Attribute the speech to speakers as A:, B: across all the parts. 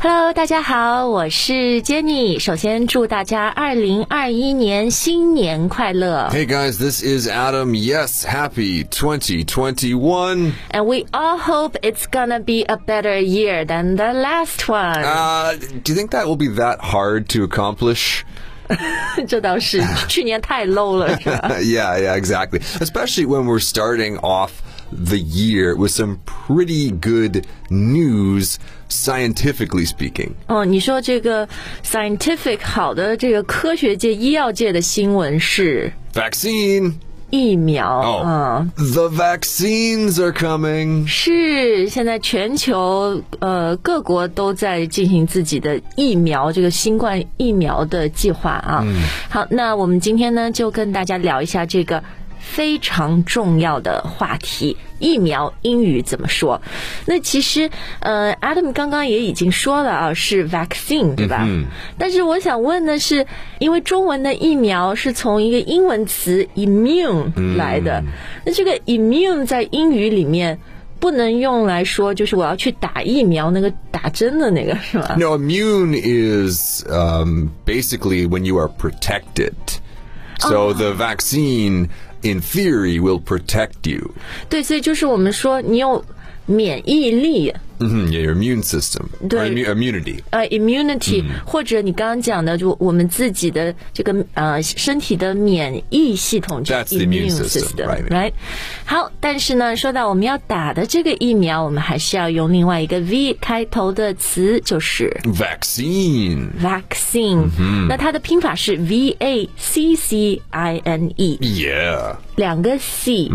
A: Hello，大家好，我是 Jenny。首先祝大家二零二一年新年快乐
B: Hey guys, this is Adam. Yes, happy 2021.
A: ，and we all hope it's gonna be a better year than the last one。
B: Uh, do you think that will be that hard to accomplish?
A: 这倒是，去年太 low 了， 是吧？
B: yeah, yeah, exactly. Especially when we're starting off the year with some pretty good news, scientifically speaking.
A: 哦，你说这个 scientific 好的这个科学界、医药界的新闻是
B: Vaccine.
A: 疫苗，
B: Oh,
A: 嗯。
B: the vaccines are coming.
A: 是，现在全球呃各国都在进行自己的疫苗这个新冠疫苗的计划啊。好，那我们今天呢就跟大家聊一下这个。非常重要的话题，疫苗英语怎么说？那其实，呃，Adam 刚刚也已经说了啊，是 vaccine 对吧？嗯。但是我想问的是，因为中文的疫苗是从一个英文词 immune 来的，那这个 immune 在英语里面不能用来说，就是我要去打疫苗那个打针的那个是吗？
B: No, immune is um, basically when you are protected. So the vaccine, in theory, will protect you.
A: 对，所以就是我们说你有免疫力，
B: hmm yeah, your immune system. Or
A: Right.
B: immu- immunity.
A: 呃，immunity，、或
B: 嗯
A: 者你刚刚讲的，就我们自己的这个呃身体的免疫系统，就是
B: That's the immune system, right.
A: system，right？好，但是呢，说到我们要打的这个疫苗，我们还是要用另外一个 V 开头的词，就是。
B: Vaccine. 嗯
A: vaccine，、那它的拼法是 v a c c i n e，
B: Yeah.
A: 两个 c，、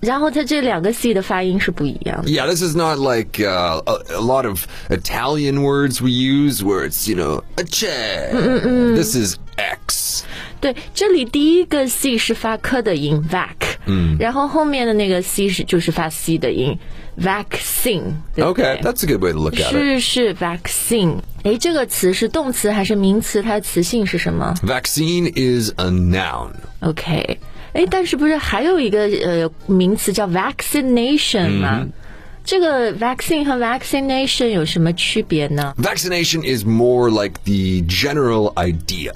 A: 然后它这两个 c 的发音是不一样的。
B: Yeah, this is not like uh, a, a lot of Italian words we use where it's, you know, a chair. This is X.
A: 对，这里第一个 c 是发科的音 vac，嗯，然后后面的那个 c 是就是发 c 的音 vaccine，对不对
B: Okay, that's a good way to look at it.
A: 是是 vaccine，哎，这个词是动词还是名词？它的词性是什么
B: Vaccine is a noun.
A: ？OK，哎，但是不是还有一个呃名词叫 vaccination 吗？这个 vaccine 和 vaccination 有什么区别呢？
B: Vaccination is more like the general idea.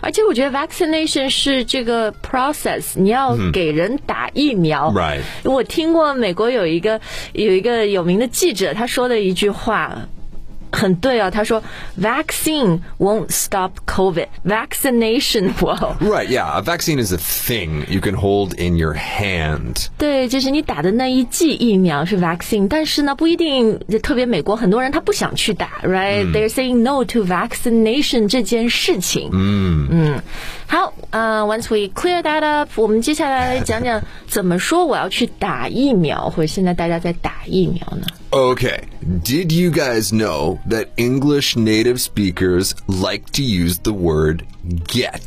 A: 而且我觉得 vaccination 是这个 process，你要给人打疫苗。
B: Right
A: 我听过美国有一个有一个有名的记者，他说的一句话。很对哦，他说，vaccine won't stop COVID，vaccination will。
B: Right, yeah, a vaccine is a thing you can hold in your hand.
A: 对，就是你打的那一剂疫苗是 vaccine，但是呢，不一定，特别美国很多人他不想去打，right？They're、saying no to vaccination 这件事情。嗯好，呃、o n c e we clear that up，我们接下来讲讲怎么说我要去打疫苗，或者现在大家在打疫苗呢？
B: Okay, did you guys know that English native speakers like to use the word get?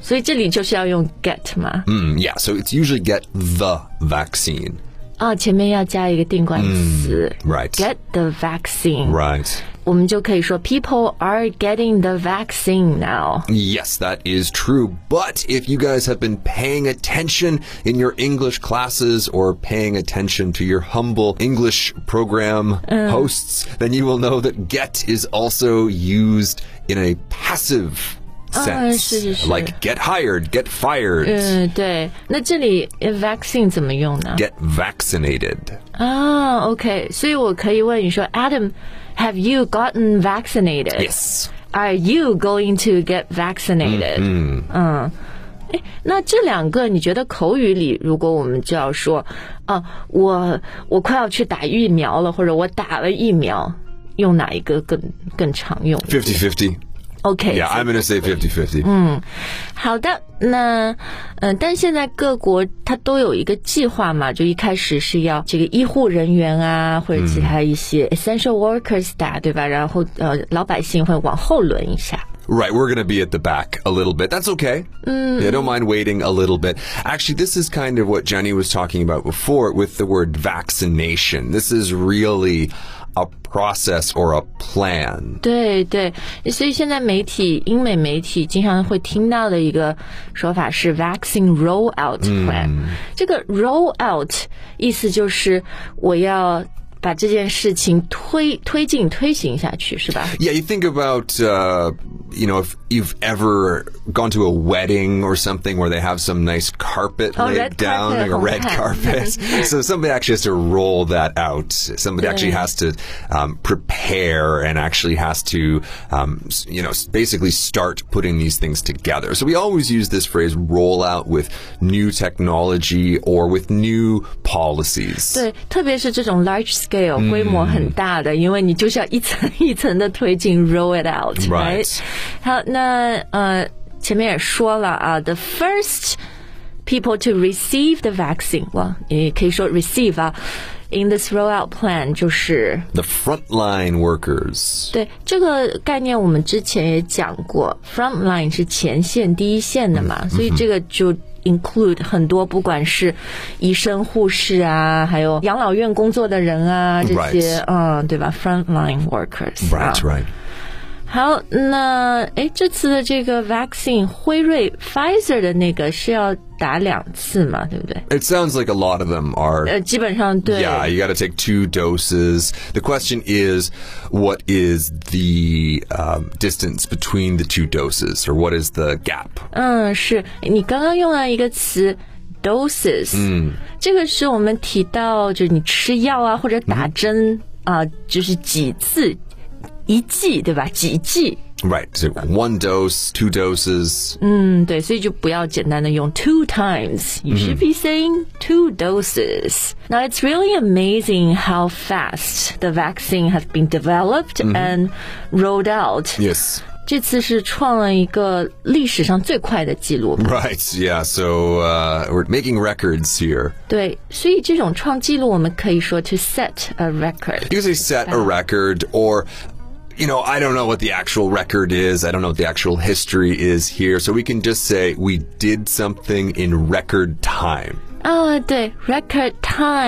A: 所以这里就是要用 get 嘛，
B: Mm, yeah, so it's usually get the vaccine.
A: 啊，前面要加一个定冠词、
B: Right.
A: get the vaccine，、
B: 嗯 Right.
A: 我们就可以说 people are getting the vaccine now。
B: Yes, that is true. But if you guys have been paying attention in your English classes or paying attention to your humble English program hosts, then you will know that get is also used in a passive
A: is-
B: sense.
A: is- is.
B: Like get hired, get fired.
A: 嗯，对，那这里呃 vaccine 怎么用呢？
B: get vaccinated.
A: 啊，OK，所以我可以问你说，Adam，Have you gotten vaccinated?
B: Yes.
A: Are you going to get vaccinated? 嗯嗯，哎，那这两个你觉得口语里，如果我们就要说，啊，我我快要去打疫苗了，或者我打了疫苗，用哪一个更更常用
B: 50 50.
A: ？OK，
B: Yeah, I'm going to say 50 50.
A: 好的，那嗯、呃但现在各国它都有一个计划嘛，就一开始是要这个医护人员啊，或者其他一些 essential workers 打，对吧？然后呃，老百姓会往后轮一下。
B: Right, we're going to be at the back a little bit. That's okay. Yeah, don't mind waiting a little bit. Actually, this is kind of what Jenny was talking about before with the word vaccination. This is really a process or a plan.
A: 对对，所以现在媒体，英美媒体经常会听到的一个说法是 vaccine 嗯 rollout plan。这个 rollout 意思就是我要把这件事情推推进推行下去，是吧？
B: Yeah, you think about, uh, you know, if you've ever gone to a wedding or something where they have some nice carpet
A: Oh,
B: laid
A: red
B: down,
A: carpet,
B: like a red
A: okay.
B: carpet. so somebody actually has to roll that out. Somebody actually has to um, prepare and actually has to, um, s- you know, s- basically start putting these things together. So we always use this phrase roll out with new technology or with new policies.
A: 对，特别是这种 large scale 规模很大的，因为你就是要一层一层的推进 roll it out。
B: Right.
A: 好，那呃，前面也说了啊，the first people to receive the vaccine，哇，也可以说 receive 啊，in this rollout plan 就是。
B: The frontline workers.
A: 对这个概念，我们之前也讲过，frontline 是前线、第一线的
B: 嗯
A: 嘛，所以这个就 include 很多，不管是医生、护士啊，还有养老院工作的人啊，这些
B: Right.
A: 嗯，对吧？frontline workers 啊。
B: Right, right.
A: 好，那哎，这次的这个 vaccine 辉瑞 Pfizer 的那个是要打两次嘛，对不对？
B: It sounds like a lot of them are
A: 呃，基本上对。
B: Yeah, you got to take two doses. The question is, what is the um, distance between the two doses, or what is the gap?
A: 嗯，是你刚刚用了一个词 doses，嗯，这个是我们提到就是你吃药啊或者打针啊、就是几次一剂对吧？几剂？
B: Right, so one dose, two doses.
A: 嗯，对，所以就不要简单的用 two times。You should be saying two doses. Now it's really amazing how fast the vaccine has been developed and rolled out.
B: Yes.
A: 这次是创了一个历史上最快的记录吧。
B: Right, yeah, so uh, we're making records here.
A: 对，所以这种创纪录，我们可以说 to set a record。
B: You can say set a record or. You know, I don't know what the actual record is. I don't know what the actual history is here. So we can just say we did something in record time.
A: 啊、对，record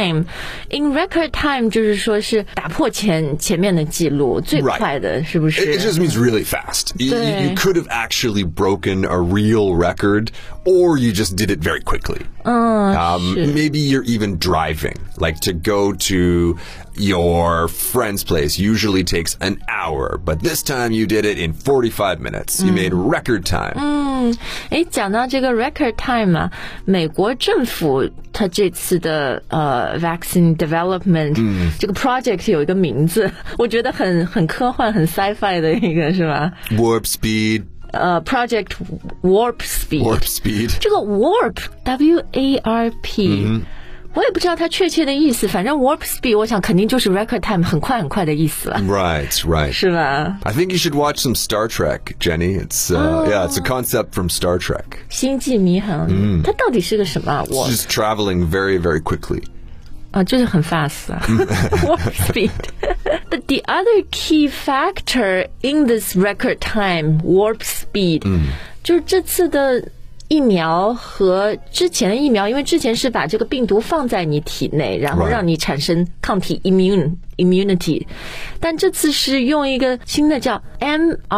A: time，in record time 就是说是打破前前面的记录，最
B: Right.
A: 快的，是不
B: It, it
A: 是？
B: just means really fast. You, you, you
A: Yeah.
B: could have actually broken a real record, or you just did it very quickly. um, maybe you're even driving. Like to go to your friend's place usually takes an hour, but this time you did it in 45 minutes. You made record time.
A: 哎，讲到这个 record time 啊，美国政府它这次的呃 vaccine development、这个
B: 嗯
A: project 有一个名字，我觉得很很科幻、很 sci-fi 的一个是吧？
B: Warp speed,
A: 呃，project warp speed。
B: warp speed.
A: 这个 warp w a r p，、我也不知道它确切的意思，反正 warp speed，我想肯定就是 record time 很快很快的意思了，
B: 嗯 Right, right.
A: 是吧？
B: I think you should watch some Star Trek, Jenny. It's uh, yeah, it's a concept from Star Trek.
A: 星际迷航，它到底是个什么啊？我
B: It's just traveling very, very quickly.
A: 啊，就是很 fast 啊，warp speed。But the other key factor in this record time warp speed，、就是
B: 嗯
A: 这次的疫苗和之前的疫苗，因为之前是把这个病毒放在你体内，然后
B: Right.
A: 让你产生抗体 immune immunity，但这次是用一个新的叫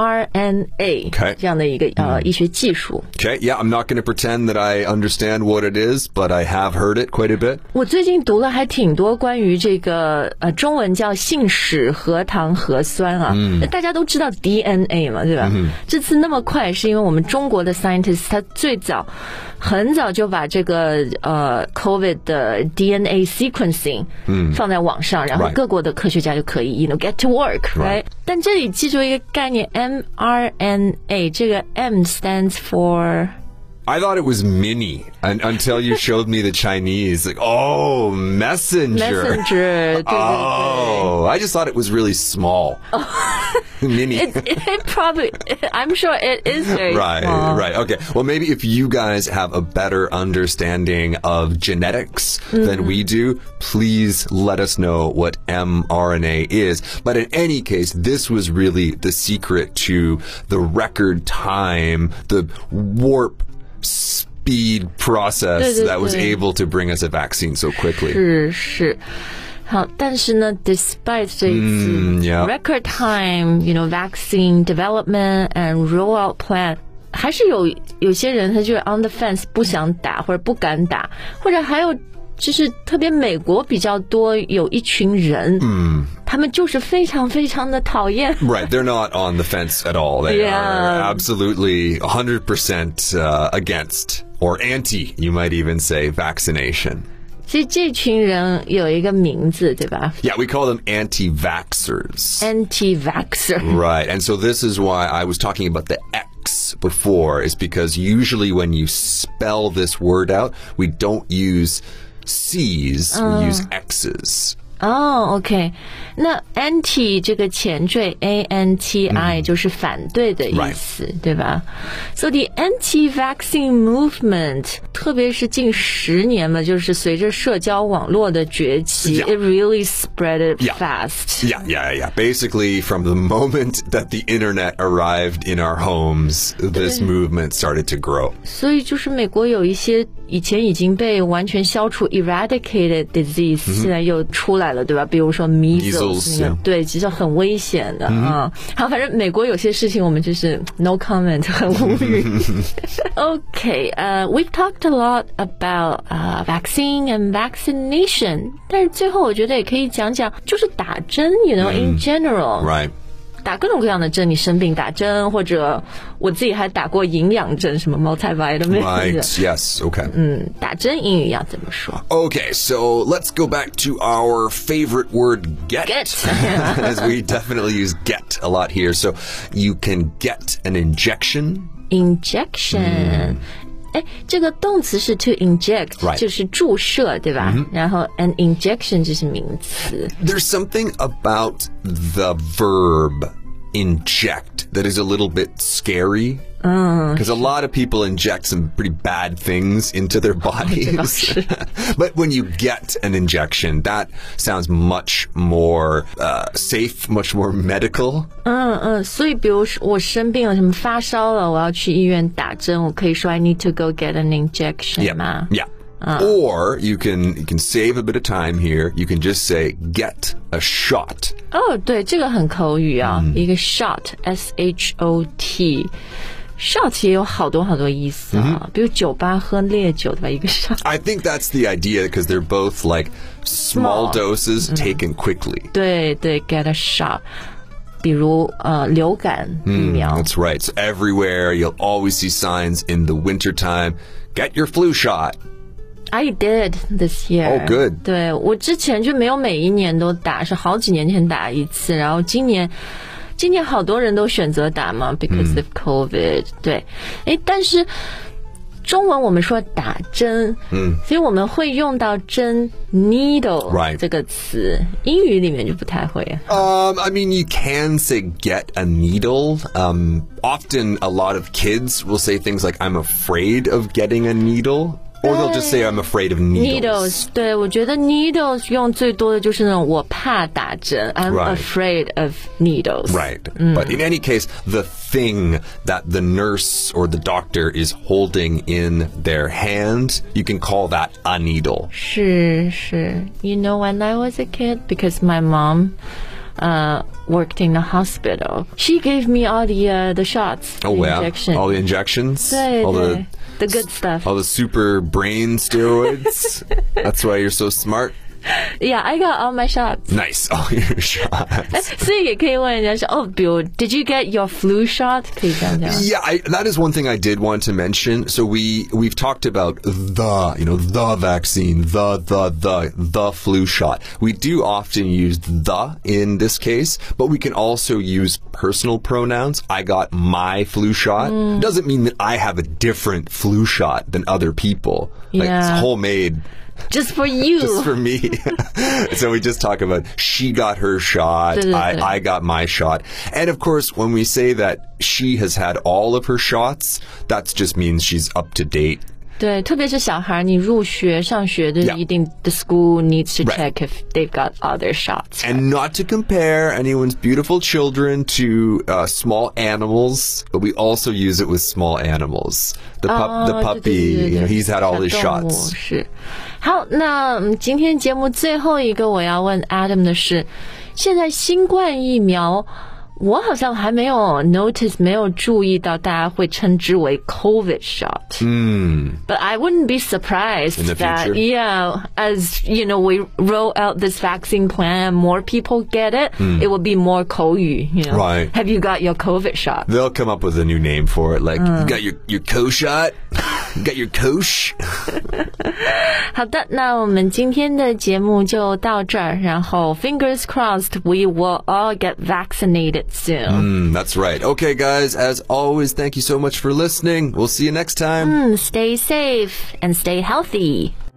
A: mRNA
B: Okay. 嗯
A: 这样的一个呃医学技术。
B: Okay, yeah, I'm not going to pretend that I understand what it is, but I have heard it quite a bit.
A: 我最近读了还挺多关于这个呃，中文叫信使核糖核酸啊，
B: 嗯
A: 大家都知道 DNA 嘛，对吧？这次那么快，是因为我们中国的 scientist 他最早很早就把这个呃 COVID 的 DNA sequencing 放在网上，然后
B: 嗯 Right
A: 各国的科学家就可以 you know get to work，right？
B: Right
A: 但这里记住一个概念 mRNA，这个 M stands for
B: I thought it was mini un- until you showed me the Chinese. Like, oh, messenger.
A: messenger，对对对。
B: Oh, I just thought it was really small. mini.
A: it, it probably, I'm sure it is very
B: Right,
A: small.
B: right. Okay. Well, maybe if you guys have a better understanding of genetics than we do, please let us know what mRNA is. But in any case, this was really the secret to the record time, the warp speed process
A: Yes,
B: that was
A: yes.
B: able to bring us a vaccine so quickly.
A: 是是。好，但是呢，despite 这一次、
B: Mm, yeah.
A: record time，you know vaccine development and rollout plan，还是有有些人他就是 on the fence，不想打或者不敢打，或者还有就是特别美国比较多有一群人，嗯，他们就是非常非常的讨厌。
B: Right, they're not on the fence at all. They
A: Yeah.
B: are absolutely 100% uh, against or anti, you might even say, vaccination.
A: 其实这群人有一个名字，对吧
B: Yeah, we call them anti vaxxers.
A: ？Anti-vaxer。
B: Right. And so this is why I was talking about the X before, is because usually when you spell this word out, we don't use C's, we use X's.
A: 哦、o k 那 anti 这个前缀 a n t
B: 嗯
A: i 就是反对的意思对吧？So the anti-vaccine movement，特别是近十年嘛，就是随着社交网络的崛起
B: Yeah.
A: i t really spread it
B: Yeah.
A: fast。
B: Yeah, yeah, yeah. Basically, from the moment that the internet arrived in our homes, this movement started to grow.
A: 所以就是美国有一些以前已经被完全消除 eradicated disease，、现在又出来了，对吧？比如说 measles，
B: Measles，
A: 那个
B: yeah
A: 对，其实很危险的啊。好，反正美国有些事情我们就是 no comment，很无 语。OK，呃、w e v e talked a lot about 呃、vaccine and vaccination，但是最后我觉得也可以讲讲，就是打针，you know，in general，、
B: Right.
A: 打各种各样的针，你生病打针，或者我自己还打过营养针，什么 multivitamin，、
B: Right. Yes. Okay.
A: 嗯，打针英语要怎么说
B: Okay, so let's go back to our favorite word, get.
A: Get.
B: As we definitely use get a lot here. So you can get an injection.
A: ？Injection，哎、这个动词是 to inject，、
B: 嗯 Right 嗯
A: 就是注射，对吧？然后 an injection 就是名词。
B: There's something about the verb inject that is a little bit scary. Because a lot of people inject some pretty bad things into their bodies. but when you get an injection, that sounds much more uh, safe, much more medical.
A: 嗯嗯，所以比如说我生病了，什么发烧了，我要去医院打针，我可以说 I need to go get an injection 吗
B: Yeah.
A: Uh.
B: or you can you can save a bit of time here. You can just say get a shot.
A: 哦，对，这个很口语啊，一个 shot，s h o t。shot 也有好多好多意思啊，比如酒吧喝烈酒对吧？一个 shot，
B: I think that's the idea because they're both like
A: Small.
B: small,
A: Mm-hmm.
B: doses taken quickly.
A: 对对，get a shot。比如呃，流感疫苗、
B: That's right. So everywhere you'll always see signs in the wintertime. Get your flu shot.
A: i did this year。
B: Oh, good.
A: 对我之前就没有每一年都打，是好几年前打一次，然后今年。今年好多人都选择打嘛，because of COVID、对，哎，但是中文我们说打针，嗯，所以我们会用到针 needle
B: Right
A: 这个词，英语里面就不太会。
B: Um, I mean, you can say get a needle. Um, often, a lot of kids will say things like, I'm afraid of getting a needle. Or they'll just say, I'm afraid of
A: Needles，对我觉得 needles 用最多的就是那种我怕打针，I'm
B: Right
A: afraid of needles。
B: Right. But in any case, the thing that the nurse or the doctor is holding in their hand, you can call that a needle.
A: 是是，You know when I was a kid because my mom, uh, worked in the hospital. She gave me all the uh, the shots,
B: Oh,
A: the
B: wow.
A: injection.
B: All the injections,
A: 对
B: all
A: 对
B: the
A: ，the good stuff.
B: all the super brain steroids. That's why you're so smart.
A: Yeah, I got all my shots.
B: Nice. All your shots.
A: 哎，所以也可以问人家说，哦，比如 Did you get your flu shot？可以这样讲。
B: Yeah, I, that is one thing I did want to mention. So we we've talked about the you know the vaccine, the the the the flu shot. We do often use the in this case, but we can also use personal pronouns. I got my flu shot. Doesn't mean that I have a different flu shot than other people. Like
A: Yeah.
B: it's homemade
A: Just for you.
B: just for me. so we just talk about she got her shot, I, I got my shot. And of course, when we say that she has had all of her shots, that just means she's up to date.
A: 对，特别是小孩儿，你入学上学的
B: Yeah.
A: 一定，the school needs to
B: Right.
A: check if they've got other shots。
B: And not to compare anyone's beautiful children to uh, small animals, but we also use it with small animals. The, pup,
A: 哦
B: the
A: 对对
B: puppy,
A: 对对
B: you know,
A: 对
B: he's had all his
A: 小动物
B: shots.
A: 是，好，那嗯今天节目最后一个我要问 Adam 的是，现在新冠疫苗我好像还没有 notice，没有注意到大家会称之为 COVID shot. But I wouldn't be surprised
B: Hmm. In the
A: that
B: future.
A: yeah, as you know, we roll out this vaccine plan, and more people get it. It will be more 口语, you know.
B: Hmm. Right.
A: Have you got your COVID shot?
B: They'll come up with a new name for it, like you got your your co shot, you got your coach.
A: 好的，那我们今天的节目就到这儿。然后，fingers crossed, we will all get vaccinated soon.
B: Mm, that's right. Okay, guys. As always, thank you so much for listening. We'll see you next time.
A: Mm, stay safe and stay healthy.